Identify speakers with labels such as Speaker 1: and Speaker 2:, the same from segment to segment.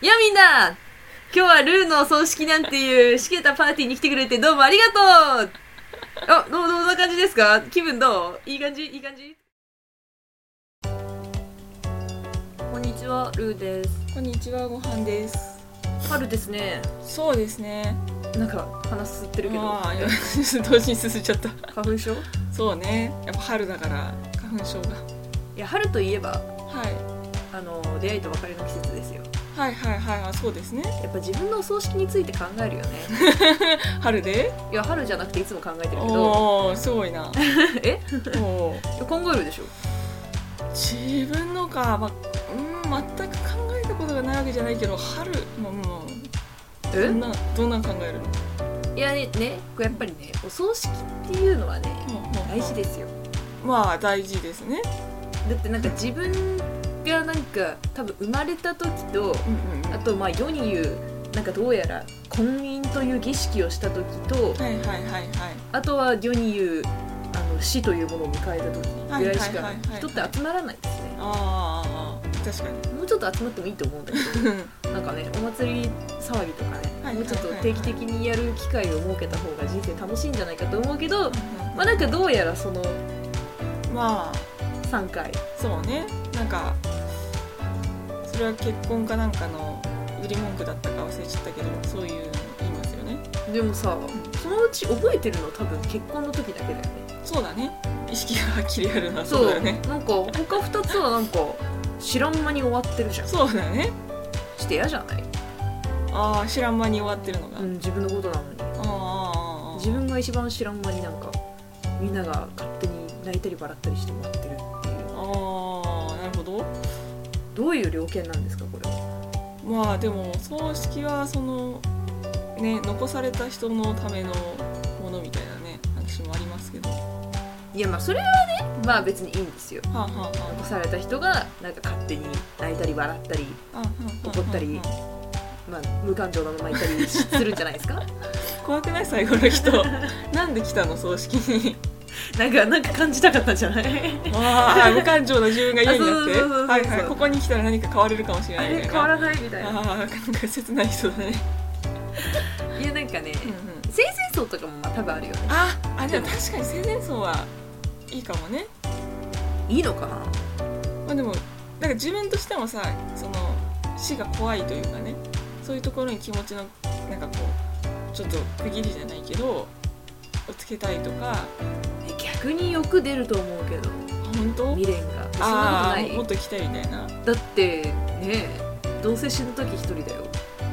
Speaker 1: いやみんな今日はルーの葬式なんていうしけたパーティーに来てくれてどうもありがとうあどうどんな感じですか気分どういい感じいい感じこんにちはルーです
Speaker 2: こんにちは、ご飯です。
Speaker 1: 春ですね
Speaker 2: そうですね。
Speaker 1: なんか鼻すすってるけど
Speaker 2: まあ、同時に進んじゃった。
Speaker 1: 花粉症
Speaker 2: そうね。やっぱ春だから、花粉症が。
Speaker 1: いや春といえば
Speaker 2: は
Speaker 1: あの出会いと別れの季節ですよ
Speaker 2: い。はいはいはいあ、そうですね。
Speaker 1: やっぱ自分のお葬式について考えるよね
Speaker 2: 春で
Speaker 1: いや春じゃなくていつも考えてるけど
Speaker 2: おー、すごい な。
Speaker 1: え
Speaker 2: おー
Speaker 1: いや考えるでしょ
Speaker 2: 自分のか、ま、うん、全く考えたことがないわけじゃないけど、春、まあまあまあ、どんな、どんなん考えるの
Speaker 1: いやねねこうやっぱりねお葬式っていうのはね大事
Speaker 2: で
Speaker 1: ですよ
Speaker 2: まあ、大事ですね。
Speaker 1: だってなんか自分がなんか多分生まれた時と
Speaker 2: うんうんうん。
Speaker 1: あとまあ世に言うなんかどうやら婚姻という儀式をした時と
Speaker 2: はいはいはいはい。
Speaker 1: あとは世に言うあの死というものを迎えた時ぐらいしか
Speaker 2: はいはいはいはいはい
Speaker 1: 人って集まらないですね
Speaker 2: あー、確かに。
Speaker 1: もうちょっと集まってもいいと思うんだけど なんかねお祭り騒ぎとかね
Speaker 2: はいはいはいはい
Speaker 1: もうちょっと定期的にやる機会を設けた方が人生楽しいんじゃないかと思うけどまあなんかどうやらその
Speaker 2: まあ、
Speaker 1: 3回
Speaker 2: そうねなんかそれは結婚かなんかの売り文句だったか忘れちゃったけどそういうの言いますよね
Speaker 1: でもさそのうち覚えてるの多分結婚の時だけだよね
Speaker 2: そうだね意識がはっきりあるのは
Speaker 1: そ
Speaker 2: そう
Speaker 1: う
Speaker 2: だよね
Speaker 1: なんか他2つはなんか知らん間に終わってるじゃん
Speaker 2: そうだね
Speaker 1: して嫌じゃない、
Speaker 2: ああ知らん間に終わってるのが、
Speaker 1: うん、自分のことなのに
Speaker 2: ああ
Speaker 1: 自分が一番知らん間になんかみんなが勝手に泣いたり笑ったりして終わってるっていう
Speaker 2: ああなるほど
Speaker 1: どういう了見なんですかこれは
Speaker 2: まあでも葬式はそのね残された人のためのものみたいなね話もありますけどはい
Speaker 1: やまあそれはねまあ別にいいんですよ
Speaker 2: あ、はあは
Speaker 1: 残された人がなんか勝手に泣いたり笑ったり
Speaker 2: あ、あああ
Speaker 1: 怒ったりまあ無感情のままいたりするんじゃないですか
Speaker 2: 怖くない最後の人なんで来たの葬式に
Speaker 1: なんかなんか感じたかったんじゃない
Speaker 2: ああ無感情の自分が嫌になっ
Speaker 1: あそうそうそうそう
Speaker 2: てはいはいここに来たら何か変われるかもしれ
Speaker 1: あ
Speaker 2: ない
Speaker 1: れ
Speaker 2: みたい
Speaker 1: 変
Speaker 2: な
Speaker 1: わらないみたいな
Speaker 2: あーなんか切ない人だね、
Speaker 1: いやなんかね、
Speaker 2: うんうん、
Speaker 1: 生前葬とかもまあ多分あるよね
Speaker 2: ああでも確かに生前葬はいいかもね
Speaker 1: いいのかな
Speaker 2: まあでもなんか自分としてもさその死が怖いというかねそういうところに気持ちのなんかこうちょっと区切りじゃないけどをつけたいとかあ
Speaker 1: え逆によく出ると思うけど
Speaker 2: 本当
Speaker 1: 未練がそんな
Speaker 2: ああー
Speaker 1: こ
Speaker 2: も
Speaker 1: と
Speaker 2: っと来たいみたいな
Speaker 1: ないだってねどうせ死ぬ時一人だよ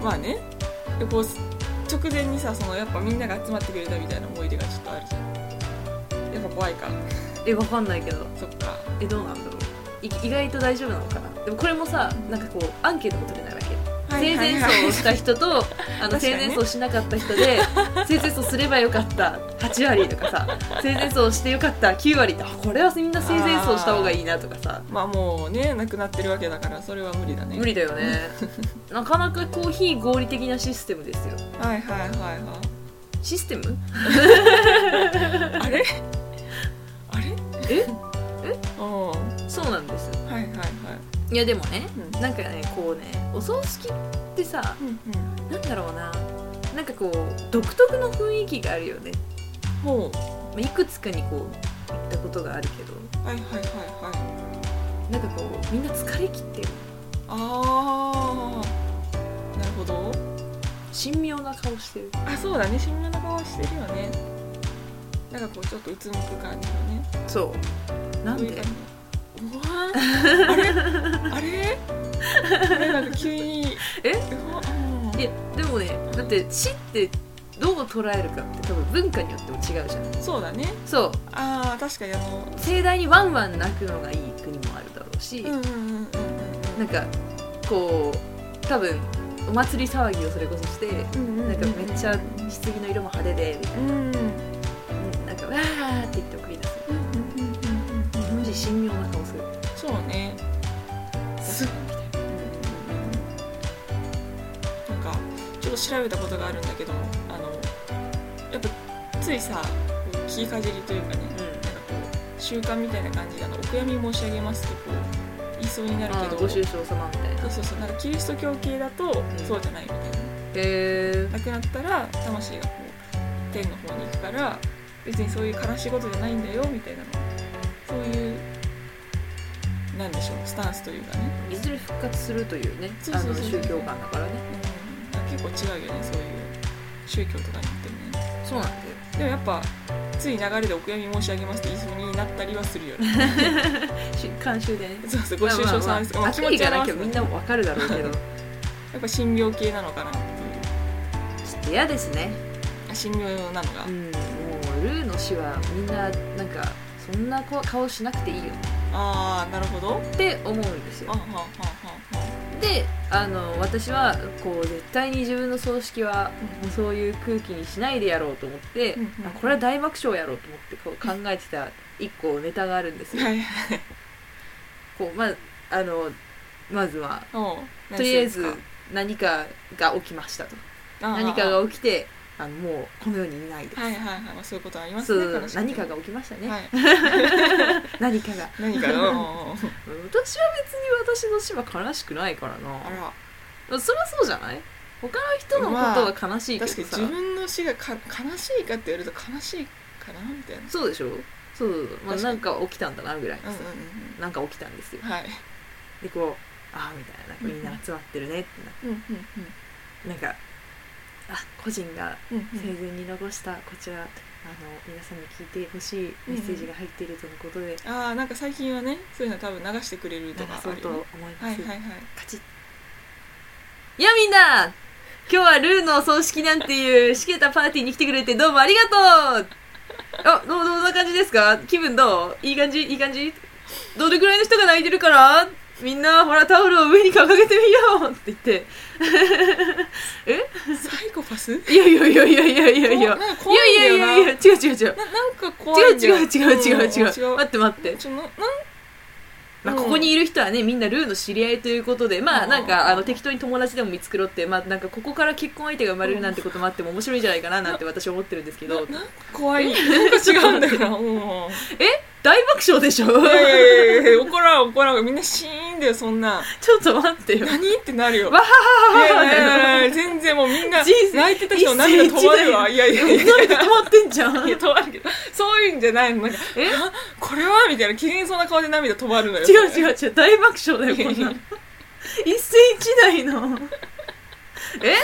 Speaker 2: まあねでこう直前にさそのやっぱみんなが集まってくれたみたいな思い出がちょっとあるじゃんやっぱ怖いか
Speaker 1: えわかんないけど
Speaker 2: そっか
Speaker 1: えどうなんだろうい意外と大丈夫なのかなでもこれもさなんかこうアンケートも取れないわけ生前葬をした人 とあの
Speaker 2: 確かに
Speaker 1: 生
Speaker 2: ね
Speaker 1: 前葬しなかった人 で生前葬すればよかった8割とかさ生前葬してよかった9割ってあこれはみんな生前葬した方がいいなとかさ
Speaker 2: まあもうね亡くなってるわけだからそれは無理だね
Speaker 1: 無理だよね なかなかこう非合理的なシステムですよ
Speaker 2: はいはいはいは
Speaker 1: システム
Speaker 2: い あれあれ
Speaker 1: え
Speaker 2: うんは
Speaker 1: そうなんです
Speaker 2: いはいはい
Speaker 1: いやでもね
Speaker 2: うん
Speaker 1: なんかねこうねお葬式ってさ
Speaker 2: うんうん
Speaker 1: なんだろうななんかこう独特の雰囲気があるよね、
Speaker 2: ほ
Speaker 1: まあいくつかにこう行ったことがあるけど
Speaker 2: うはいはいはいはい
Speaker 1: なんかこうみんな疲れ切ってる
Speaker 2: あーなるほど
Speaker 1: 神妙な顔してる
Speaker 2: あそうだね神妙な顔してるよねなんかこうちょっとうつむく感じのね
Speaker 1: そうなんで
Speaker 2: うわーあれあれあれなんか急に
Speaker 1: え
Speaker 2: うわうん
Speaker 1: いやでもねだって死ってどう捉えるかって多分文化によっても違うじゃない
Speaker 2: そうだね
Speaker 1: そう
Speaker 2: ああ確かにあの
Speaker 1: 盛大にワンワン泣くのがいい国もあるだろうし、
Speaker 2: うんうんうんうんうん
Speaker 1: なんかこう多分お祭り騒ぎをそれこそして
Speaker 2: うんうん
Speaker 1: なんかめっちゃ棺の色も派手でみたい
Speaker 2: うんうんうんうん
Speaker 1: ななんかわーって言って送り出す
Speaker 2: うん
Speaker 1: 日本人神妙な顔する
Speaker 2: そうね
Speaker 1: す
Speaker 2: うんうんうんなんかちょっと調べたことがあるんだけどあのやっぱついさこう聞いかじりというかねなんかこう習慣みたいな感じであのお悔やみ申し上げますってこう言いそうになる
Speaker 1: あ
Speaker 2: けど
Speaker 1: ご愁傷様みたいな
Speaker 2: そうそうそうなんかキリスト教系だとそうじゃないみたいな、
Speaker 1: へ
Speaker 2: 亡くなったら魂がこう天の方に行くから別にそういう悲しいことじゃないんだよみたいなのそういうなんでしょうスタンスというかね、
Speaker 1: えいずれ復活するというね
Speaker 2: そう
Speaker 1: あ
Speaker 2: そう
Speaker 1: の
Speaker 2: そう
Speaker 1: 宗教観だからね
Speaker 2: うん、だから結構違うよねそういう宗教とかによってもね
Speaker 1: そうなんだよ
Speaker 2: でもやっぱつい流れでお悔やみ申し上げますって言いそうになったりはするよね
Speaker 1: し監修でね
Speaker 2: そうそうご愁傷さんです、
Speaker 1: まあまあまあ悪意がなきゃみんな
Speaker 2: や
Speaker 1: わかるだろうけどちょ
Speaker 2: っぱ神病系なのかなっていう
Speaker 1: っと嫌ですね
Speaker 2: あ神病なのが、
Speaker 1: うんもうルーの死はみんななんかそんなこ顔しなくていいよ
Speaker 2: ああなるほど
Speaker 1: って思うんです
Speaker 2: あ
Speaker 1: よ
Speaker 2: はあはあは
Speaker 1: であの私はこう絶対に自分の葬式はそういう空気にしないでやろうと思って、
Speaker 2: うんうん
Speaker 1: あこれは大爆笑やろうと思ってこう考えてた一個ネタがあるんです
Speaker 2: あは
Speaker 1: よ。
Speaker 2: あはい
Speaker 1: こうまああのまずは
Speaker 2: おう
Speaker 1: とりあえず何かが起きましたと何か
Speaker 2: は
Speaker 1: が起きてあのもうこの世にいないです。
Speaker 2: いはいはい、まあ、そういうことあります
Speaker 1: そ
Speaker 2: ね
Speaker 1: う
Speaker 2: 悲しい
Speaker 1: 何かが起きましたね、
Speaker 2: はい、
Speaker 1: 何かが
Speaker 2: 何かが
Speaker 1: 私は別に私の死は悲しくないから
Speaker 2: あ
Speaker 1: な
Speaker 2: ら
Speaker 1: そりゃそうじゃない他の人のことは悲しいけど
Speaker 2: 確かに
Speaker 1: さ、
Speaker 2: 自分の死がか悲しいかって言われると悲しいかなみたいな
Speaker 1: そうでしょそう、まあ、
Speaker 2: 確かに
Speaker 1: なんか起きたんだなぐらい、
Speaker 2: うんうん
Speaker 1: なんか起きたんですよ
Speaker 2: うんはい
Speaker 1: でこうああみたいななんかみんな集まってるねってな
Speaker 2: うんうん
Speaker 1: なんかあ個人が
Speaker 2: うんうん
Speaker 1: 生前に残したこちら、あの皆さんに聞いてほしいメッセージが入っているとのことで、
Speaker 2: ああなんか最近はねそういうの多分流してくれると
Speaker 1: 流
Speaker 2: かあ
Speaker 1: そ
Speaker 2: る
Speaker 1: うと
Speaker 2: よね
Speaker 1: 思います、
Speaker 2: はいはいはい
Speaker 1: カチッいやみんな今日はルーの葬式なんていうしけたパーティーに来てくれてどうもありがとうあどうどんな感じですか気分どういい感じいい感じどれくらいの人が泣いてるからみんなほらタオルを上に掲げてみようって言って
Speaker 2: サイコパ スい
Speaker 1: いやいやいやいやいやいやいやいや
Speaker 2: なんか怖いんだよ
Speaker 1: いや
Speaker 2: ない
Speaker 1: やいや違う違う違う
Speaker 2: ななんか怖
Speaker 1: 違
Speaker 2: い
Speaker 1: うん
Speaker 2: だよ
Speaker 1: 違う違う違う違う
Speaker 2: うん
Speaker 1: 待って待って、
Speaker 2: ちょななん
Speaker 1: まあ、
Speaker 2: うん
Speaker 1: ここにいる人はねみんなルーの知り合いということでまあ
Speaker 2: うん
Speaker 1: なんかあの適当に友達でも見繕ってまあなんかここから結婚相手が生まれるなんてこともあっても面白いんじゃないかななんて私は思ってるんですけど
Speaker 2: ななんか怖いなんか違うんだよなうん
Speaker 1: 大爆笑でしょ
Speaker 2: いやいやいやいや怒らん怒らんみんなシーンだよそんな
Speaker 1: ちょっと待ってよ
Speaker 2: 何ってなるよ
Speaker 1: わははははい
Speaker 2: やいやいやいや全然もうみんな
Speaker 1: 人生
Speaker 2: 泣いてた人の涙止まるわいやいやいやいや
Speaker 1: 涙止まってんじゃん
Speaker 2: いや止まるけどそういうんじゃないのなんか
Speaker 1: え
Speaker 2: あこれはみたいな機嫌そうな顔で涙止まるのよ
Speaker 1: 違う
Speaker 2: う
Speaker 1: 違う違う大爆笑だよこんなん一世一代 のえ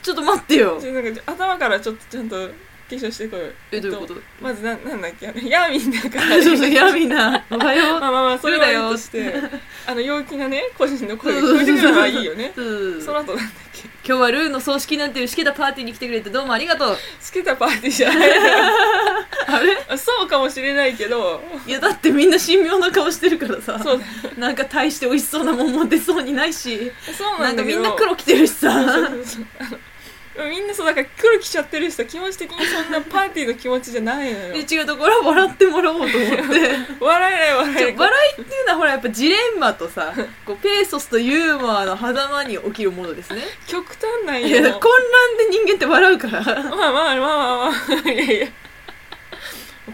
Speaker 1: ちょっと待ってよ
Speaker 2: なんか頭からちょっとちゃんと化粧してこい
Speaker 1: えどういうこと
Speaker 2: とまずななんだっけあのヤーミンだから
Speaker 1: そうそうやみんなおはよう
Speaker 2: まあまあまあそれだよ
Speaker 1: そうだよ
Speaker 2: としてあの陽気なね個人の声が
Speaker 1: そう
Speaker 2: 聞こ
Speaker 1: そうそ
Speaker 2: え
Speaker 1: う
Speaker 2: てくるのはいいよね
Speaker 1: うん
Speaker 2: その後なんだっけ
Speaker 1: 今日はルーの葬式なんていうしけたパーティーに来てくれてどうもありがとう
Speaker 2: つけたパーティーじ ゃない
Speaker 1: あれ
Speaker 2: あそうかもしれないけど
Speaker 1: いやだってみんな神妙な顔してるからさ
Speaker 2: そうだ
Speaker 1: なんか大して美味しそうなもんも出そうにないし
Speaker 2: そう
Speaker 1: な
Speaker 2: なんん
Speaker 1: か
Speaker 2: だけ
Speaker 1: み
Speaker 2: ど
Speaker 1: んな黒着てるしさ
Speaker 2: そうそうあのみんなそうだから黒着ちゃってる人気持ち的にそんなパーティーの気持ちじゃないの
Speaker 1: で
Speaker 2: よ
Speaker 1: 違うところは笑ってもらおうと思って
Speaker 2: 笑えない
Speaker 1: で
Speaker 2: 笑え
Speaker 1: も
Speaker 2: ない
Speaker 1: 笑いっていうのはほらやっぱジレンマとさこうペーソスとユーモアの狭間に起きるものですね
Speaker 2: 極端なん
Speaker 1: いや混
Speaker 2: よ
Speaker 1: 乱で人間って笑うから
Speaker 2: まあまあまあまあまあいやいや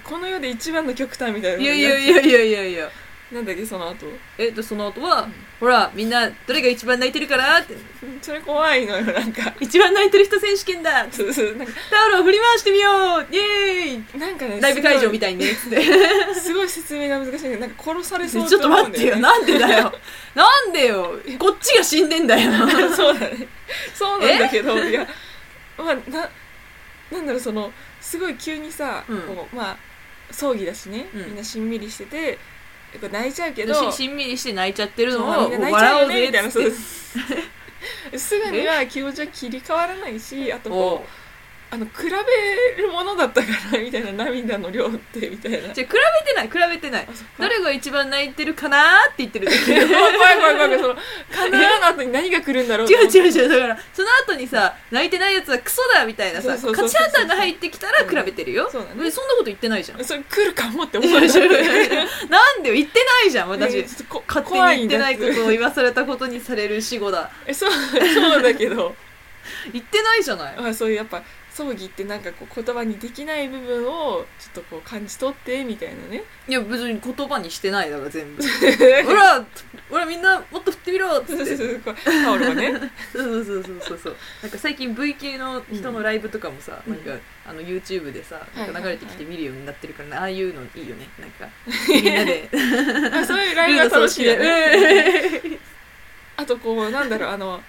Speaker 2: この世で一番の極端みたいない
Speaker 1: やいやいやいやいやいや
Speaker 2: なんだっけその後
Speaker 1: えっとその後はほらみんなどれが一番泣いてるからって
Speaker 2: それ怖いのよなんか
Speaker 1: 一番泣いてる人選手権だ
Speaker 2: そうそうなんか
Speaker 1: タオルを振り回してみようイエーイ
Speaker 2: なんかね
Speaker 1: ライブ会場み
Speaker 2: た
Speaker 1: たいにねつって
Speaker 2: いすごい説明が難しいけどなんか殺され
Speaker 1: ち
Speaker 2: そ
Speaker 1: ょ
Speaker 2: う
Speaker 1: っと
Speaker 2: 思う
Speaker 1: 待
Speaker 2: ん
Speaker 1: っ
Speaker 2: だ
Speaker 1: てよ
Speaker 2: ね
Speaker 1: なんでだよなんでよこっちが死んでんだよ
Speaker 2: そうだね。そうなんだけど、いや、まあ、な、なんだろう、その、すごい急にさ、
Speaker 1: うん
Speaker 2: こう、まあ、葬儀だしね、
Speaker 1: うん
Speaker 2: みんなしんみりしてて、やっぱ泣いちゃう けど、
Speaker 1: ししんみりして泣いちゃってる
Speaker 2: そう
Speaker 1: の
Speaker 2: まあ
Speaker 1: を
Speaker 2: みんな泣いちゃう
Speaker 1: 笑お
Speaker 2: よ
Speaker 1: う
Speaker 2: ね、
Speaker 1: ぜ
Speaker 2: みたいな、
Speaker 1: っつ
Speaker 2: そ
Speaker 1: っ
Speaker 2: う
Speaker 1: て
Speaker 2: です。 すぐには気持ちは切り替わらないし、あ
Speaker 1: お
Speaker 2: と
Speaker 1: う
Speaker 2: こう、あの、比べるものだったから、みたいな涙の量って、みたいな。
Speaker 1: じゃあ比べてない比べてない
Speaker 2: あそっか
Speaker 1: どれが一番泣いてるかなーって言って るだけ
Speaker 2: 怖い怖い怖い怖い、その、必ずの後に何が来るんだろう と
Speaker 1: 違
Speaker 2: 思
Speaker 1: う
Speaker 2: って
Speaker 1: 違う違うだからその後にさ泣いてないやつはクソだみたいなさ
Speaker 2: そうそう
Speaker 1: 価
Speaker 2: そう
Speaker 1: 値
Speaker 2: そう
Speaker 1: 判断が入ってきたら比べてるよ、
Speaker 2: うんそうだね
Speaker 1: えそんなこと言ってないじゃん
Speaker 2: それ来るかもって思 う
Speaker 1: なんでよ言ってないじゃん私、
Speaker 2: ちょっとこ
Speaker 1: 勝手に
Speaker 2: 怖
Speaker 1: 言
Speaker 2: ん
Speaker 1: っ
Speaker 2: だ
Speaker 1: て
Speaker 2: よ
Speaker 1: ないことを言わされたことにされる死後だ
Speaker 2: えそうそうだけど
Speaker 1: 言ってないじゃない
Speaker 2: あそういうやっぱ葬儀ってなんかこう言葉にできない部分をちょっとこう感じ取ってみたいなね
Speaker 1: いや別に言葉にしてないだから全部 ほらほらみんなもっと振ってみろっつ
Speaker 2: そう
Speaker 1: っ
Speaker 2: そう
Speaker 1: て
Speaker 2: そうこうタオルがね
Speaker 1: そうそうそうそうそうなんか最近 V 系の人のライブとかもさ、
Speaker 2: うん
Speaker 1: なんかあの YouTube でさ、
Speaker 2: いはい
Speaker 1: なんか流れてきて見るようになってるから、ねああいうのいいよねなん かみんなで
Speaker 2: あそういうライブが楽しいよね
Speaker 1: ね
Speaker 2: あとこうなんだろうあの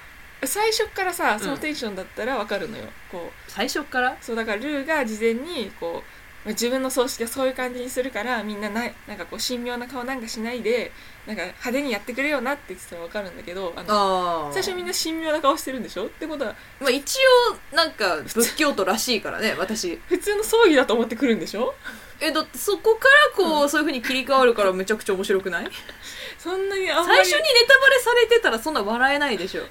Speaker 2: 最初っからさそのテンションだったらわかるのよ、こ
Speaker 1: 最初から
Speaker 2: うそうだからルーが事前にこう自分の葬式はそういう感じにするからみんなないなんかこう神妙な顔なんかしないでなんか派手にやってくれよなって言ってたらわかるんだけどあの
Speaker 1: あ
Speaker 2: 最初みんな神妙な顔してるんでしょってことは
Speaker 1: まあ、一応なんか仏教徒らしいからね私
Speaker 2: 普通の葬儀だと思ってくるんでしょ
Speaker 1: えだってそこからこう、そういうふうに切り替わるからめちゃくちゃ面白くない
Speaker 2: そんなにあんま
Speaker 1: 最
Speaker 2: り
Speaker 1: 初にネタバレされてたらそんな笑えないでしょ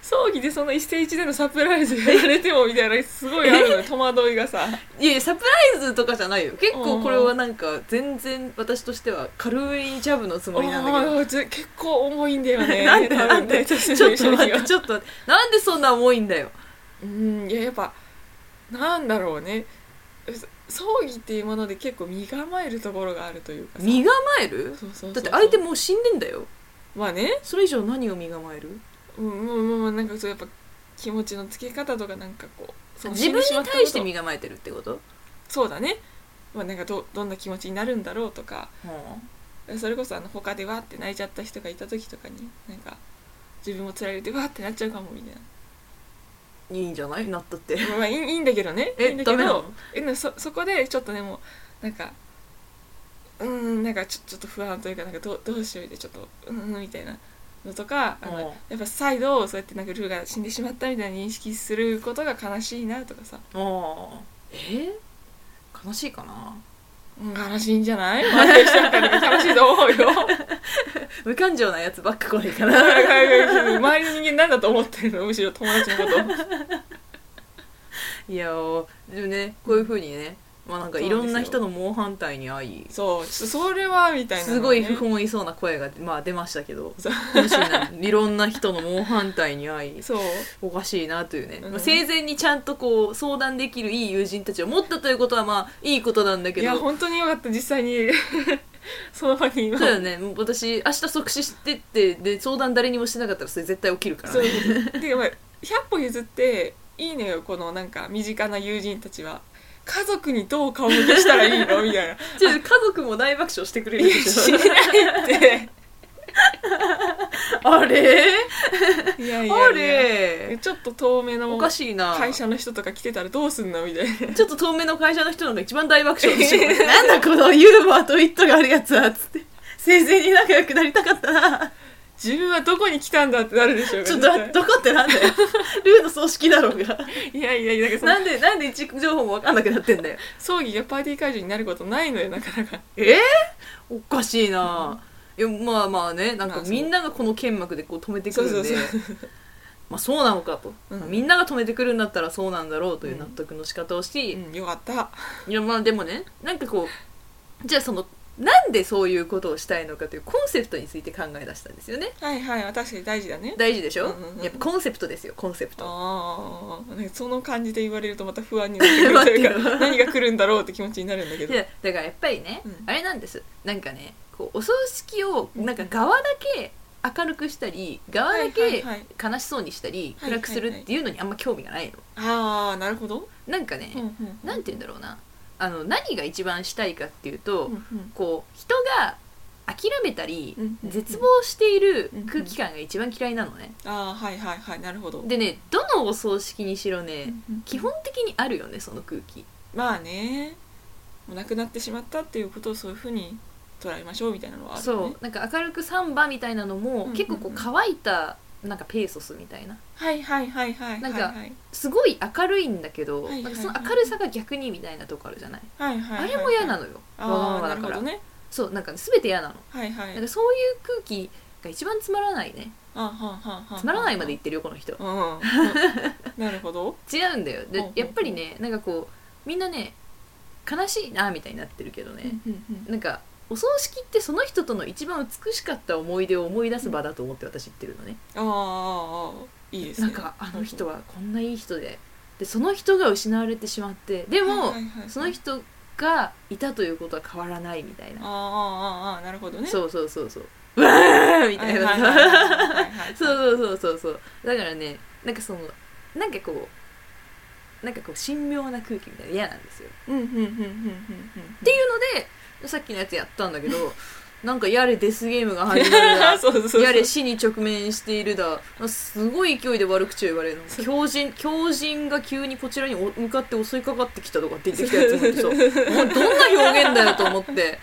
Speaker 2: 葬儀でその一世一代のサプライズやられてもみたいなすごいあるのよ戸惑いがさ
Speaker 1: いやいやサプライズとかじゃないよ結構これはなんか全然私としては軽いジャブのつもりなんだけど
Speaker 2: あーちょ結構重いんだよね
Speaker 1: なんで
Speaker 2: 多分
Speaker 1: なんで
Speaker 2: 私の
Speaker 1: ちょっと待 っ
Speaker 2: 印象
Speaker 1: て
Speaker 2: が
Speaker 1: ちょっと待ってなんでそんな重いんだよ
Speaker 2: うんいややっぱなんだろうねそ葬儀っていうもので結構身構えるところがあるというかさ
Speaker 1: 身構える
Speaker 2: そうそうそう
Speaker 1: だって相手もう死んでんだよ
Speaker 2: まあね
Speaker 1: それ以上何を身構える
Speaker 2: うんうんうんうんなんかそうやっぱ気持ちのつけ方とかなんかこうその
Speaker 1: 自分に対して
Speaker 2: 死んでまったこ
Speaker 1: 身構えてるってこと、
Speaker 2: とそうだねまあなんかどどんな気持ちになるんだろうとかそれこそあの他でわーって泣いちゃった人がいた時とかになんか自分もつられてわーってなっちゃうかもみたい
Speaker 1: いいんじゃないなったって
Speaker 2: なまあいいいいんだけどね
Speaker 1: え
Speaker 2: いいんだけ
Speaker 1: ダメなの
Speaker 2: どえでもそそこでちょっとねもうなんかうーんなんかちょちょっと不安というかなんかどうどうしようでちょっとうーんみたいなのとかあの
Speaker 1: うん
Speaker 2: やっぱ再度そうやってなんかルーが死んでしまったみたいな認識することが悲しいなとかさ、
Speaker 1: ああ えー、悲しいかな
Speaker 2: うん、悲しいんじゃない若い人だから 悲しいと思うよ
Speaker 1: 無感情なやつばっか来ないかな
Speaker 2: 周りの人間なんだと思ってるのむしろ友達のこと
Speaker 1: いやーでもねこういうふうにねまあなんかいろんな人の猛反対に遭い
Speaker 2: そうちょっとそれはみたいなのね、
Speaker 1: すごい不本意そうな声が、まあ、出ましたけど
Speaker 2: そう
Speaker 1: もしないろんな人の猛反対に遭い
Speaker 2: そう
Speaker 1: おかしいなというね、
Speaker 2: うん
Speaker 1: まあ生前にちゃんとこう相談できるいい友人たちを持ったということはまあいいことなんだけ
Speaker 2: いや
Speaker 1: ど
Speaker 2: 本当によかった実際に その場にいま
Speaker 1: そうだよねもう私明日即死してってで相談誰にもしてなかったらそれ絶対起きるから
Speaker 2: そう
Speaker 1: ね
Speaker 2: でまあ100歩譲っていいのよこのなんか身近な友人たちは家族にどう顔向けしたらいいのみた いな
Speaker 1: ちょっと家族も大爆笑してくれ
Speaker 2: い
Speaker 1: る
Speaker 2: や
Speaker 1: でし
Speaker 2: し
Speaker 1: ょ
Speaker 2: ないって
Speaker 1: あれ
Speaker 2: いやい
Speaker 1: あ
Speaker 2: やいや
Speaker 1: れ
Speaker 2: ちょっと遠目の
Speaker 1: おかしいな
Speaker 2: 会社の人とか来てたらどうすんのみたいな
Speaker 1: ちょっと遠目の会社の人の方が一番大爆笑でしょなんだこのユーモアとイットがあるやつはつって生前に仲良くなりたかったな
Speaker 2: 自分はどこに来たんだってなるでしょう
Speaker 1: ちょっとどこってなんだよルーの葬式だろうが
Speaker 2: いやいやいやなんかその
Speaker 1: なんでなんで位置情報も分かんなくなってんだよ
Speaker 2: 葬儀がパーティー会場になることないのよなか なか
Speaker 1: えー、おかしいな、いやまあまあねなん
Speaker 2: ま
Speaker 1: か
Speaker 2: あそう
Speaker 1: みんながこの剣幕でこう止めてく
Speaker 2: そう
Speaker 1: るんで
Speaker 2: そうそう
Speaker 1: まあそうなのかと、
Speaker 2: うん
Speaker 1: みんなが止めてくるんだったらそうなんだろうという
Speaker 2: うん
Speaker 1: 納得の仕方をし、
Speaker 2: うんよかった
Speaker 1: いやまあでもねなんかこうじゃあそのなんでそういうことをしたいのかというコンセプトについて考え出したんですよね
Speaker 2: はいはい確かに大事だね
Speaker 1: 大事でしょ、
Speaker 2: うんうんうん
Speaker 1: やっぱコンセプトですよコンセプト
Speaker 2: ああ、ね、その感じで言われるとまた不安になってくるという
Speaker 1: 待って
Speaker 2: か
Speaker 1: よ
Speaker 2: 何が来るんだろうって気持ちになるんだけど
Speaker 1: いやだからやっぱりね、
Speaker 2: うん
Speaker 1: あれなんですなんかねこうお葬式をなんか側だけ明るくしたり側だ
Speaker 2: はい
Speaker 1: け
Speaker 2: はい
Speaker 1: 悲しそうにしたり
Speaker 2: はいはい
Speaker 1: 暗くするっていうのにあんま興味がないの
Speaker 2: ああなるほど、
Speaker 1: なんかね、
Speaker 2: うんうん、
Speaker 1: なんて言うんだろうなあの何が一番したいかっていうと、
Speaker 2: うんうん
Speaker 1: こう人が諦めたり
Speaker 2: うんうん
Speaker 1: 絶望している空気感が一番嫌いなのね
Speaker 2: ああはいはいはいなるほど、
Speaker 1: でねどのお葬式にしろね
Speaker 2: うんうん
Speaker 1: 基本的にあるよねその空気
Speaker 2: まあねもう亡くなってしまったっていうことをそういうふうに捉えましょうみたいなのはあるよ
Speaker 1: そ
Speaker 2: ね
Speaker 1: うなんか明るくサンバみたいなの
Speaker 2: うん
Speaker 1: も
Speaker 2: うん
Speaker 1: 結構こう乾いたなんかペーソスみたいな
Speaker 2: はいはいはいはい
Speaker 1: なんか
Speaker 2: はいはい
Speaker 1: すごい明るいんだけど
Speaker 2: はいはい
Speaker 1: なん
Speaker 2: はい
Speaker 1: かその明るさが逆にみたいなとこあるじゃない
Speaker 2: はいはい
Speaker 1: あ
Speaker 2: はい
Speaker 1: れも嫌なのよわが
Speaker 2: あ
Speaker 1: まま
Speaker 2: あな
Speaker 1: だ
Speaker 2: る
Speaker 1: か
Speaker 2: ほ
Speaker 1: ら
Speaker 2: どね
Speaker 1: そうなんかね全て嫌なの
Speaker 2: はいはい
Speaker 1: なんかそういう空気が一番つまらないね
Speaker 2: あーはんはんはんはん
Speaker 1: つまらないまで言ってるよこの人
Speaker 2: うんうん、うんなるほど
Speaker 1: 違うんだよで
Speaker 2: ほうほうほう
Speaker 1: やっぱりねなんかこうみんなね悲しいなみたいになってるけどね、
Speaker 2: うんうんうん
Speaker 1: なんかお葬式ってその人との一番美しかった思い出を思い出す場だと思って私言ってるのね、
Speaker 2: あーあーあーいいです
Speaker 1: な
Speaker 2: ね
Speaker 1: んかあの人はこんないい人ででその人が失われてしまってでも、
Speaker 2: はいはいはいはい
Speaker 1: その人がいたということは変わらないみたいな、
Speaker 2: あーあーあーあーなるほどね
Speaker 1: そうそうそうそううわーみたい
Speaker 2: はいはいはい
Speaker 1: な
Speaker 2: はいはい
Speaker 1: そうそうそうそうそうだからねなんかそのなんかこうなんかこう神妙な空気みたいな嫌なんですよ
Speaker 2: うんうんうんうんうん
Speaker 1: っていうのでさっきのやつやったんだけどなんかやれデスゲームが
Speaker 2: うん
Speaker 1: 始まるだ
Speaker 2: そうそうそう
Speaker 1: やれ死に直面しているだすごい勢いで悪口を言われるの
Speaker 2: そう
Speaker 1: 狂人狂人が急にこちらにお向かって襲いかかってきたとか出てきたやつもいてさ もうどんな表現だよと思って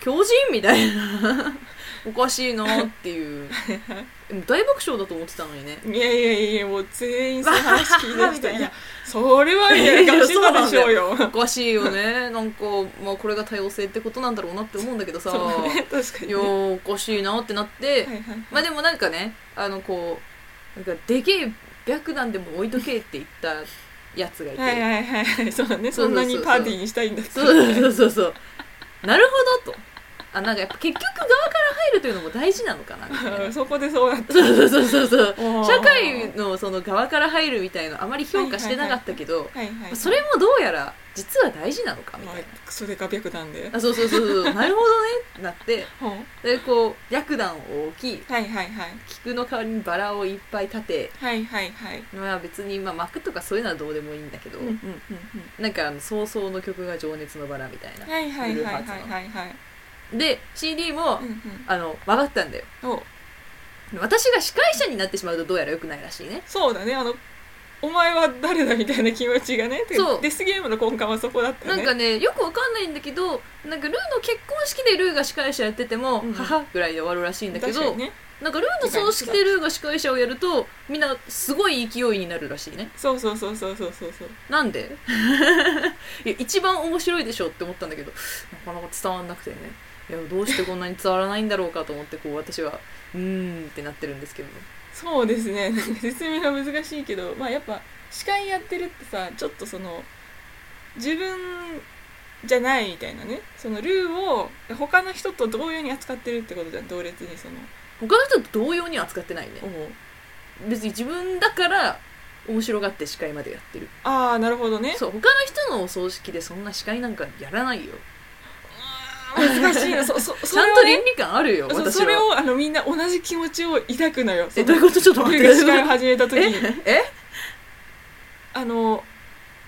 Speaker 1: 狂人みたいな おかしいなっていう でも大爆笑だと思ってたのにね
Speaker 2: いやいやいやもう全員その話聞いて
Speaker 1: み
Speaker 2: きた
Speaker 1: たいない
Speaker 2: やそれはみたいな顔してたでしょうよ
Speaker 1: おかしいよねなんか、まあ、これが多様性ってことなんだろうなって思うんだけどさ、
Speaker 2: そうね確かに
Speaker 1: いや
Speaker 2: ね
Speaker 1: ーおかしいなってなって、
Speaker 2: はいはい
Speaker 1: まあでもなんかねあのこうなんかでけえ白弾でも置いとけって言ったやつがいて、
Speaker 2: はいはいはいはいそうね
Speaker 1: そうそうそうそう
Speaker 2: そんなにパーティーにしたいんだった
Speaker 1: そ
Speaker 2: ら
Speaker 1: うそうそうそうなるほどとあなんかやっぱ結局側から入るというのも大事なのかなみたいな
Speaker 2: そこでそうなった
Speaker 1: そうそうそうそう
Speaker 2: おー
Speaker 1: 社会のその側から入るみたいのあまり評価してなかったけど、
Speaker 2: はいはい
Speaker 1: それもどうやら実は大事なのかみ
Speaker 2: ま
Speaker 1: たいな、
Speaker 2: あそれが白弾で
Speaker 1: あそうそうそうそうなるほどねってなって
Speaker 2: ほう
Speaker 1: でこう白弾を置き
Speaker 2: はいはいはい
Speaker 1: 菊の代わりにバラをいっぱい立て
Speaker 2: はいはいはい
Speaker 1: まあ別に、まあ、幕とかそういうのはどうでもいいんだけど、
Speaker 2: うんうんうん
Speaker 1: なんかあの早々の曲が「情熱のバラ」みたいな、
Speaker 2: うんはいはいはいはいはいはい
Speaker 1: で CD も、
Speaker 2: うんうん
Speaker 1: あの曲がったんだよ
Speaker 2: お
Speaker 1: 私が司会者になってしまうとどうやら良くないらしいね
Speaker 2: そうだねあのお前は誰だみたいな気持ちがねて
Speaker 1: そう
Speaker 2: デスゲームの根幹はそこだった
Speaker 1: な
Speaker 2: よ
Speaker 1: ん
Speaker 2: ね
Speaker 1: かねよくわかんないんだけどなんかルーの結婚式でルーが司会者やってても「
Speaker 2: うん
Speaker 1: 母」ぐらいで終わるらしいんだけ
Speaker 2: 確か
Speaker 1: ど、
Speaker 2: にね
Speaker 1: なんかルーの葬式でルーが司会者をやるとみんなすごい勢いになるらしいね
Speaker 2: そうそうそうそうそうそうそう
Speaker 1: なんで いや一番面白いでしょって思ったんだけどなかなか伝わんなくてねいやどうしてこんなに伝わらないんだろうかと思ってこう私はうーんってなってるんですけど
Speaker 2: そうですねなんか説明が難しいけどまあやっぱ司会やってるってさちょっとその自分じゃないみたいなねそのルーを他の人と同様に扱ってるってことじゃん同列にその
Speaker 1: 他の人と同様には扱ってないね別に自分だから面白がって司会までやってる
Speaker 2: ああなるほどね
Speaker 1: そう他の人のお葬式でそんな司会なんかやらないよ
Speaker 2: うーん難しいなそそ
Speaker 1: ち
Speaker 2: そ
Speaker 1: ゃ
Speaker 2: れ
Speaker 1: んと
Speaker 2: をね
Speaker 1: 倫理観あるよ私
Speaker 2: そ
Speaker 1: は
Speaker 2: それをあのみんな同じ気持ちを抱くのよ
Speaker 1: えどういうことちょっと
Speaker 2: その
Speaker 1: 待
Speaker 2: ル
Speaker 1: って
Speaker 2: ーが司会を始めた時
Speaker 1: え
Speaker 2: に
Speaker 1: え
Speaker 2: あの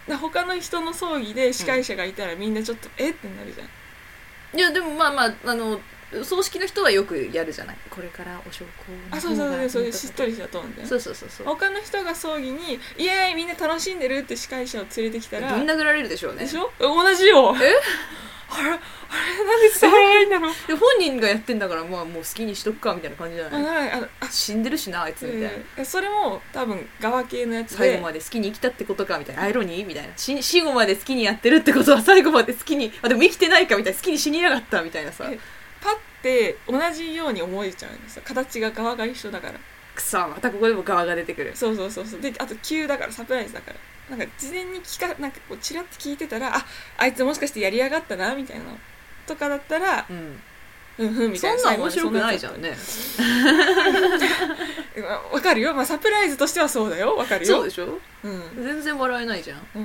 Speaker 2: な他の人の葬儀で司会者がいたらみんなちょっと、えってなるじゃん
Speaker 1: いやでもまあまああの葬式の人はよくやるじゃないこれからお焼香
Speaker 2: あそうそうそうそう
Speaker 1: う
Speaker 2: しっとりしたトーンで
Speaker 1: そうそうそうそう
Speaker 2: 他の人が葬儀に「イエーイみんな楽しんでる」って司会者を連れてきたら
Speaker 1: ぶん殴られるでしょうね
Speaker 2: でしょ同じよ
Speaker 1: え
Speaker 2: あれあれなんで伝わらないんだろう
Speaker 1: で本人がやってんだからまあもう好きにしとくかみたいな感じじゃ
Speaker 2: あ
Speaker 1: ない
Speaker 2: なんかあのあ
Speaker 1: 死んでるしなあいつみたいな、
Speaker 2: うんそれも多分側系のやつで
Speaker 1: 最後まで好きに生きたってことかみたいなアイロニーみたいなし死後まで好きにやってるってことは最後まで好きにあでも生きてないかみたいな好きに死にやがったみたいなさ
Speaker 2: えパッて同じように思えちゃうんですよ形が側が一緒だから
Speaker 1: くそまたここでも側が出てくる
Speaker 2: そうそうそうそうであと急だからサプライズだからなんか事前に聞かなんかこうチラッと聞いてたらああいつもしかしてやりやがったなみたいなのとかだったら
Speaker 1: うん
Speaker 2: うんうんみ
Speaker 1: そ
Speaker 2: た
Speaker 1: ん
Speaker 2: いな
Speaker 1: なん面白くないじゃんね
Speaker 2: うんわかるよ、まあ、サプライズとしてはそうだよわかるよ
Speaker 1: そうでしょ
Speaker 2: うん
Speaker 1: 全然笑えないじゃん
Speaker 2: うん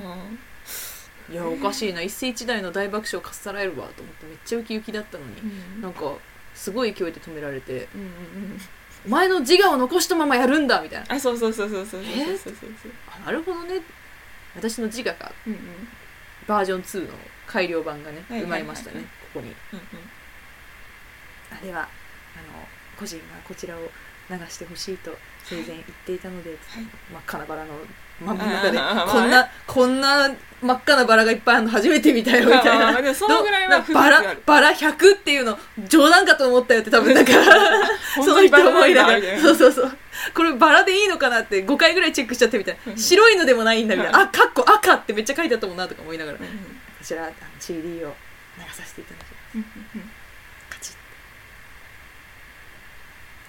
Speaker 1: いやおかしいな一世一代の大爆笑かっさらえるわと思ってめっちゃウキウキだったのになんかすごい勢いで止められて
Speaker 2: うんうん
Speaker 1: 「お前の自我を残したままやるんだ」みたいな
Speaker 2: あそうそうそうそうそうそうそうそうそう
Speaker 1: 「あなるほどね私の自我か
Speaker 2: うんうん
Speaker 1: バージョン2の改良版がね
Speaker 2: はい
Speaker 1: 生まれました
Speaker 2: は
Speaker 1: ね
Speaker 2: い
Speaker 1: ここに
Speaker 2: うん
Speaker 1: あではあの個人がこちらを流してほしいと生前言っていたので、
Speaker 2: い
Speaker 1: 真っ赤なバラの真ん中で
Speaker 2: あー
Speaker 1: こんな、こんな真っ赤なバラがいっぱいあるの初めて見たよみたい
Speaker 2: まあまあま
Speaker 1: な
Speaker 2: あでもそのぐらいは
Speaker 1: どな
Speaker 2: 雰囲気あ
Speaker 1: バラ
Speaker 2: る
Speaker 1: バラ100っていうの冗談かと思ったよって多分なんか
Speaker 2: うん
Speaker 1: その人思いなが
Speaker 2: 本当にバラなんだ
Speaker 1: ら
Speaker 2: み
Speaker 1: そ
Speaker 2: た
Speaker 1: うそうそうこれバラでいいのかなって5回ぐらいチェックしちゃってみたいな
Speaker 2: うん
Speaker 1: 白いのでもないんだみたいな
Speaker 2: は
Speaker 1: あかっこ赤ってめっちゃ書いてあったもんなとか思いながら
Speaker 2: いな
Speaker 1: こ
Speaker 2: うんうん
Speaker 1: ちらあの CD を流させていただきます
Speaker 2: うんうん
Speaker 1: カチッ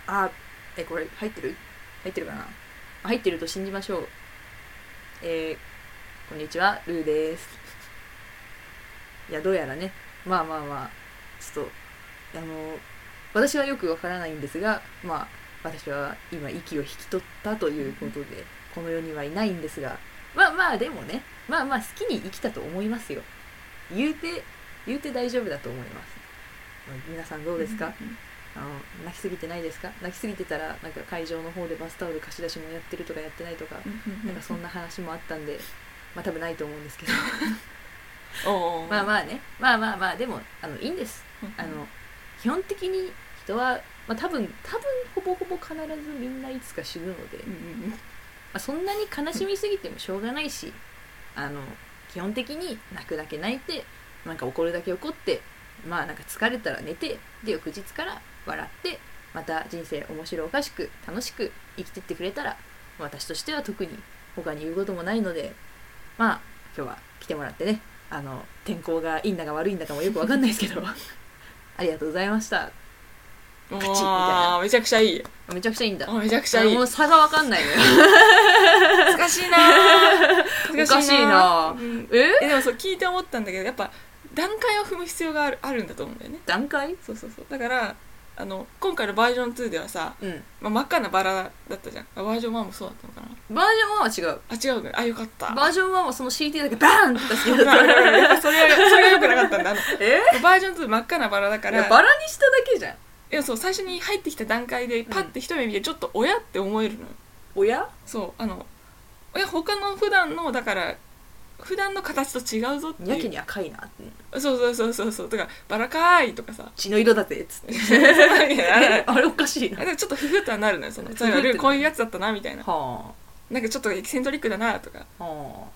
Speaker 1: あえこれ入ってる入ってるかなあ入ってると信じましょうえー、こんにちはルーですいやどうやらねまあまあまあちょっとあの私はよくわからないんですがまあ私は今息を引き取ったということでこの世にはいないんですがままあまあでもねまあまあ好きに生きたと思いますよ言うて言うて大丈夫だと思います皆さんどうですか、あの泣きすぎてないですか泣きすぎてたらなんか会場の方でバスタオル貸し出しもやってるとかやってないとか、なんかそんな話もあったんでまあ多分ないと思うんですけど
Speaker 2: おうお う
Speaker 1: まあまあねまあまあまあでもあのいいんですあの基本的に人は、まあ、多分多分ほぼほぼ必ずみんないつか死ぬので、
Speaker 2: うんうん
Speaker 1: まあ、そんなに悲しみすぎてもしょうがないしあの基本的に泣くだけ泣いてなんか怒るだけ怒ってまあなんか疲れたら寝てで翌日から笑ってまた人生面白おかしく楽しく生きてってくれたら私としては特に他に言うこともないのでまあ今日は来てもらってねあの天候がいいんだか悪いんだかもよくわかんないですけど ありがとうございました
Speaker 2: うん
Speaker 1: チみたいな
Speaker 2: あーめちゃくちゃいい
Speaker 1: めちゃくちゃいいんだ
Speaker 2: あめちゃくちゃいい
Speaker 1: もう差がわかんないのよ
Speaker 2: 恥ずか しいな
Speaker 1: おかしいな
Speaker 2: うん
Speaker 1: え
Speaker 2: えでもそう聞いて思ったんだけどやっぱ段階を踏む必要があるあるんだと思うんだよね
Speaker 1: 段階
Speaker 2: そうそうそうだからあの今回のバージョン2ではさ、
Speaker 1: うん
Speaker 2: まあ、真っ赤なバラだったじゃんあバージョン1もそうだったのかな
Speaker 1: バージョン1は違う
Speaker 2: あ違うのあよかった
Speaker 1: バージョン1はその CD だけバーンって出すけど
Speaker 2: 危ない危ない危ないやっぱそれはそれがよくなかったんだあの
Speaker 1: え
Speaker 2: バージョン2真っ赤なバラだか
Speaker 1: いや
Speaker 2: ら
Speaker 1: バラにしただけじゃん
Speaker 2: いやそう最初に入ってきた段階でパッて一目見てちょっと親って思えるのよ、
Speaker 1: 親
Speaker 2: そうあの親他の普段のだから普段の形と違うぞって
Speaker 1: や
Speaker 2: い
Speaker 1: け
Speaker 2: う
Speaker 1: に赤いなって
Speaker 2: そうそうそうそうそうだからバラかーいとか さ
Speaker 1: 血の色だぜっつって
Speaker 2: いやあれ
Speaker 1: あれおかしいな
Speaker 2: あれちょっとふふっとはなるのよその
Speaker 1: ふふ
Speaker 2: そ
Speaker 1: っ
Speaker 2: う
Speaker 1: て
Speaker 2: いうこういうやつだったなみたいな
Speaker 1: は
Speaker 2: なんかちょっとエキセントリックだなとか
Speaker 1: あは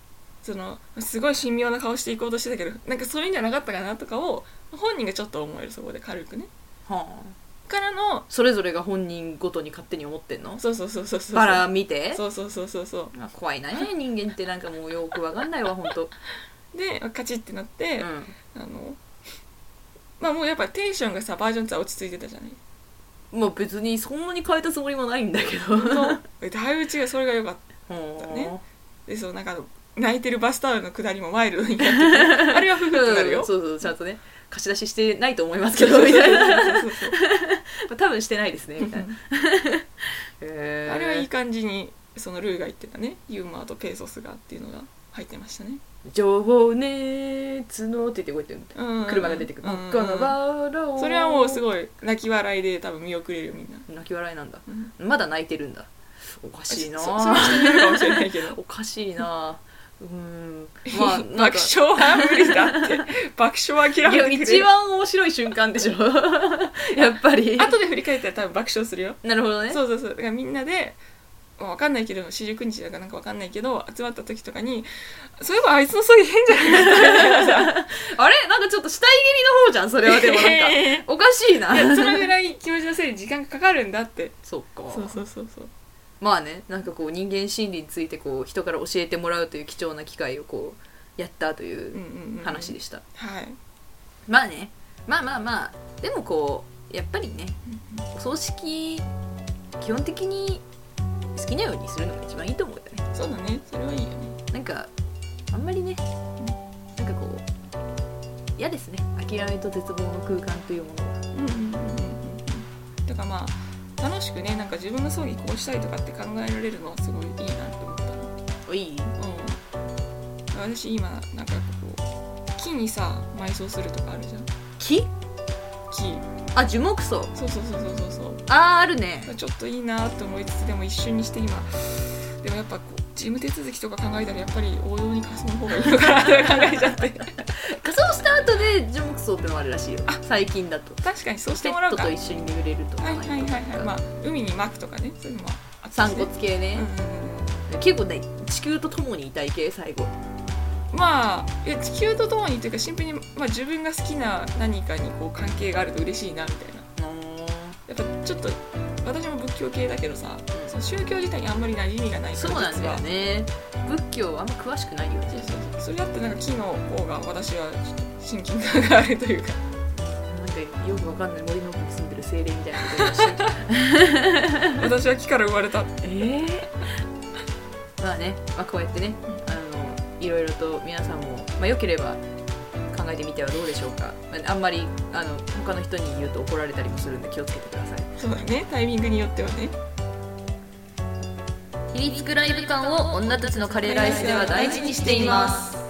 Speaker 2: そのすごい神妙な顔していこうとしてたけどなんかそういうんじゃなかったかなとかを本人がちょっと思えるそこで軽くね
Speaker 1: あはあ
Speaker 2: からの
Speaker 1: それぞれが本人ごとに勝手に思ってんの
Speaker 2: そうそうそうそうそう
Speaker 1: バラ見て
Speaker 2: そうそうそうそうそ
Speaker 1: あ怖いなね人間ってなんかもうよくわかんないわほん と
Speaker 2: うでカチッってなって、
Speaker 1: うん
Speaker 2: あのまあもうやっぱテンションがさバージョン2は落ち着いてた じゃない
Speaker 1: まあ別にそんなに変えたつもりもないんだけど
Speaker 2: 本当だいぶ違うそれが良かった
Speaker 1: は
Speaker 2: ねでそうなんかあの泣いてるバスタオルの下りもワイルドにやっててあれはふふっ
Speaker 1: あ
Speaker 2: とな
Speaker 1: う
Speaker 2: る
Speaker 1: ん
Speaker 2: よ
Speaker 1: そうそうちゃんとね貸し出ししてないと思いますけどみたい な
Speaker 2: そうそう
Speaker 1: 多分してないですねみた
Speaker 2: そ
Speaker 1: いうなへー
Speaker 2: あれはいい感じにそのルーが言ってたねユーモアとペーソスがっていうのが入ってましたね、
Speaker 1: 情熱のって言って動いてるみたい
Speaker 2: うん
Speaker 1: な車が出てくる、
Speaker 2: うん
Speaker 1: 真っ赤なバラを
Speaker 2: それはもうす
Speaker 1: い
Speaker 2: ごい泣き笑いで多分見送れるよみんな
Speaker 1: 泣き笑いなんだ
Speaker 2: うん
Speaker 1: まだ泣いてるんだおかしいな
Speaker 2: そその人によるかもしれないけ ど
Speaker 1: おかしいなうー んまあ
Speaker 2: 爆
Speaker 1: なんか
Speaker 2: 笑は無理だ って爆笑は諦
Speaker 1: いや
Speaker 2: めてくれ
Speaker 1: 一
Speaker 2: る
Speaker 1: 番面白い瞬間でしょ やっぱり
Speaker 2: 後で振り返ったら多分爆笑するよ
Speaker 1: なるほどね
Speaker 2: そうそうそうだからみんなで、まあ、わかんないけど四十九日だかなんかわかんないけど集まった時とかにそういえばあいつの葬儀変じゃない
Speaker 1: あれなんかちょっと死体気味の方じゃんそれはでもなんか おかしいない
Speaker 2: やそのぐらい気持ちのせいに時間がかかるんだって
Speaker 1: そうか
Speaker 2: そうそうそうそう
Speaker 1: まあねなんかこう人間心理についてこう人から教えてもらうという貴重な機会をこうやったとい
Speaker 2: うん
Speaker 1: う
Speaker 2: うんうん
Speaker 1: 話でした、
Speaker 2: はい
Speaker 1: まあねまあまあまあでもこうやっぱりね
Speaker 2: うん
Speaker 1: お葬式基本的に好きなようにするのが一番いいと思うよね
Speaker 2: そうだねそれはいいよね
Speaker 1: なんかあんまりねなんかこう嫌ですね諦めと絶望の空間というものは
Speaker 2: うんうんうんうんうんだからまあ楽しくねなんか自分の葬儀こうしたいとかって考えられるのはすごいいいなって思ったの
Speaker 1: おい
Speaker 2: うん私今なんかこう木にさ埋葬するとかあるじゃん
Speaker 1: 木
Speaker 2: 木
Speaker 1: あ樹木葬
Speaker 2: そうそうそうそうそうそう
Speaker 1: あーあるね
Speaker 2: ちょっといいなと思いつつでも一瞬にして今でもやっぱこう事務手続きとか考えたらやっぱり王道に貸すの方がいいのかなって考えちゃって
Speaker 1: 仮装した後で樹木葬ってのもあるらしいよ最近だと
Speaker 2: 確かにそうして
Speaker 1: ペ
Speaker 2: もら
Speaker 1: ッ
Speaker 2: う
Speaker 1: ト
Speaker 2: か
Speaker 1: と
Speaker 2: はい
Speaker 1: 一緒に巡れるとか
Speaker 2: はいはいはいまあ海にまくとかねそういうのもあった
Speaker 1: 散
Speaker 2: しね
Speaker 1: 骨系ね
Speaker 2: うんうん、うん
Speaker 1: 結構ね地球と共にいたい系最後
Speaker 2: まあいや地球とともにというかシンプルに、まあ、自分が好きな何かにこう関係があると嬉しいなみたいなやっぱちょっと私も仏教系だけどさその宗教自体にあんまり馴染みがないか
Speaker 1: そ
Speaker 2: ら
Speaker 1: うなん
Speaker 2: 実
Speaker 1: だよ
Speaker 2: は
Speaker 1: ね仏教はあんま詳しくないよ
Speaker 2: そう
Speaker 1: ね
Speaker 2: そうそうそれだってなんか木の方が私はちょっと親近感があるというか
Speaker 1: なんかよくわかんない森の奥に住んでる精霊みたいなこと言いましたけど
Speaker 2: 私は木から生まれた
Speaker 1: ええまあね、まあ、こうやってね
Speaker 2: う
Speaker 1: あのいろいろと皆さんも、まあ、よければ考えてみてはどうでしょうか、まあ、あんまりあの他の人に言うと怒られたりもするんで気をつけてください
Speaker 2: そうだねタイミングによってはね
Speaker 1: 秘密クライブ感を女たちのカレーライスでは大事にしています